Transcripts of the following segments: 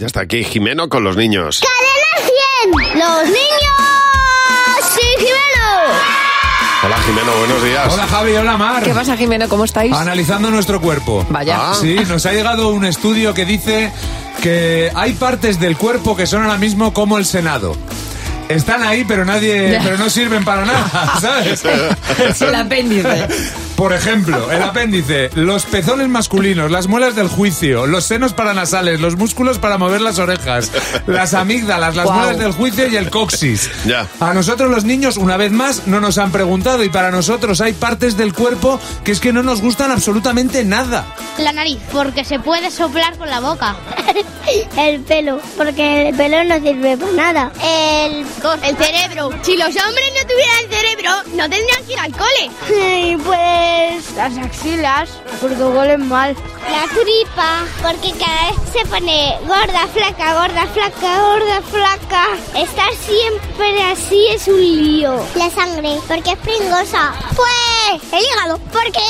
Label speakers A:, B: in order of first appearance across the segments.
A: Ya está aquí Jimeno con los niños.
B: ¡Cadena 100! ¡Los niños! ¡Sí,
A: Hola Jimeno, buenos días.
C: Hola Javi, hola Mar.
D: ¿Qué pasa, Jimeno? ¿Cómo estáis?
C: Analizando nuestro cuerpo.
D: Vaya.
A: Ah.
C: Sí, nos ha llegado un estudio que dice que hay partes del cuerpo que son ahora mismo como el Senado. Están ahí, pero nadie, pero no sirven para nada, ¿sabes?
D: Es el apéndice.
C: Por ejemplo, el apéndice, los pezones masculinos, las muelas del juicio, los senos paranasales, los músculos para mover las orejas, las amígdalas, las
D: Guau.
C: muelas del juicio y el coxis.
A: Ya.
C: A nosotros los niños, una vez más, no nos han preguntado y para nosotros hay partes del cuerpo que es que no nos gustan absolutamente nada.
B: La nariz, porque se puede soplar con la boca.
E: El pelo, porque el pelo no sirve para nada.
B: El, el cerebro. Si los hombres no tuvieran cerebro, no tendrían que ir al cole.
E: Y pues las axilas, porque huelen mal.
B: La tripa, porque cada vez se pone gorda, flaca, gorda, flaca, gorda, flaca. Estar siempre así es un lío. La sangre, porque es pringosa. Pues el hígado,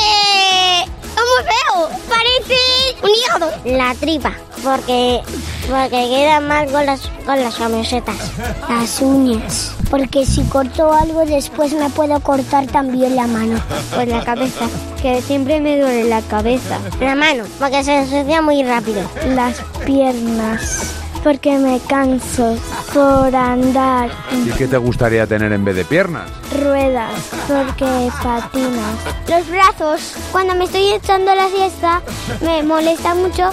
B: porque es muy feo. Parece un hígado.
E: La tripa, porque porque queda mal con las con las camisetas. Las uñas, porque si corto algo después me puedo cortar también la mano. Pues la cabeza, que siempre me duele la cabeza. La mano, porque se ensucia muy rápido. Las piernas, porque me canso por andar.
F: ¿Y qué te gustaría tener en vez de piernas?
E: ruedas porque patinas. Los brazos, cuando me estoy echando la siesta, me molesta mucho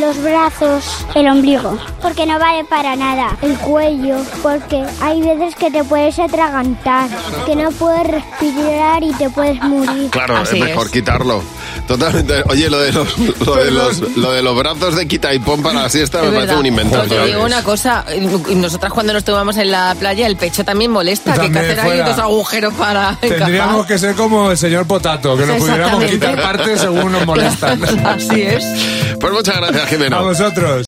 E: los brazos. El ombligo, porque no vale para nada. El cuello, porque hay veces que te puedes atragantar, que no puedes respirar y te puedes morir.
A: Claro,
D: Así
A: es mejor
D: es.
A: quitarlo. Totalmente. Oye, lo de los, lo de los, lo de los brazos de quita y pon para la siesta me
D: Es
A: parece
D: verdad.
A: un invento.
D: Pero Te digo una cosa, y nosotras cuando nos tomamos en la playa el pecho también molesta, que hay que
C: También
D: hacer ahí
C: fuera.
D: dos agujeros para
C: Tendríamos que ser como el señor Potato, que nos pudiéramos
D: Exactamente.
C: quitar partes según nos molestan.
D: encajar. Así es.
A: Pues muchas gracias, Jimeno.
C: A vosotros.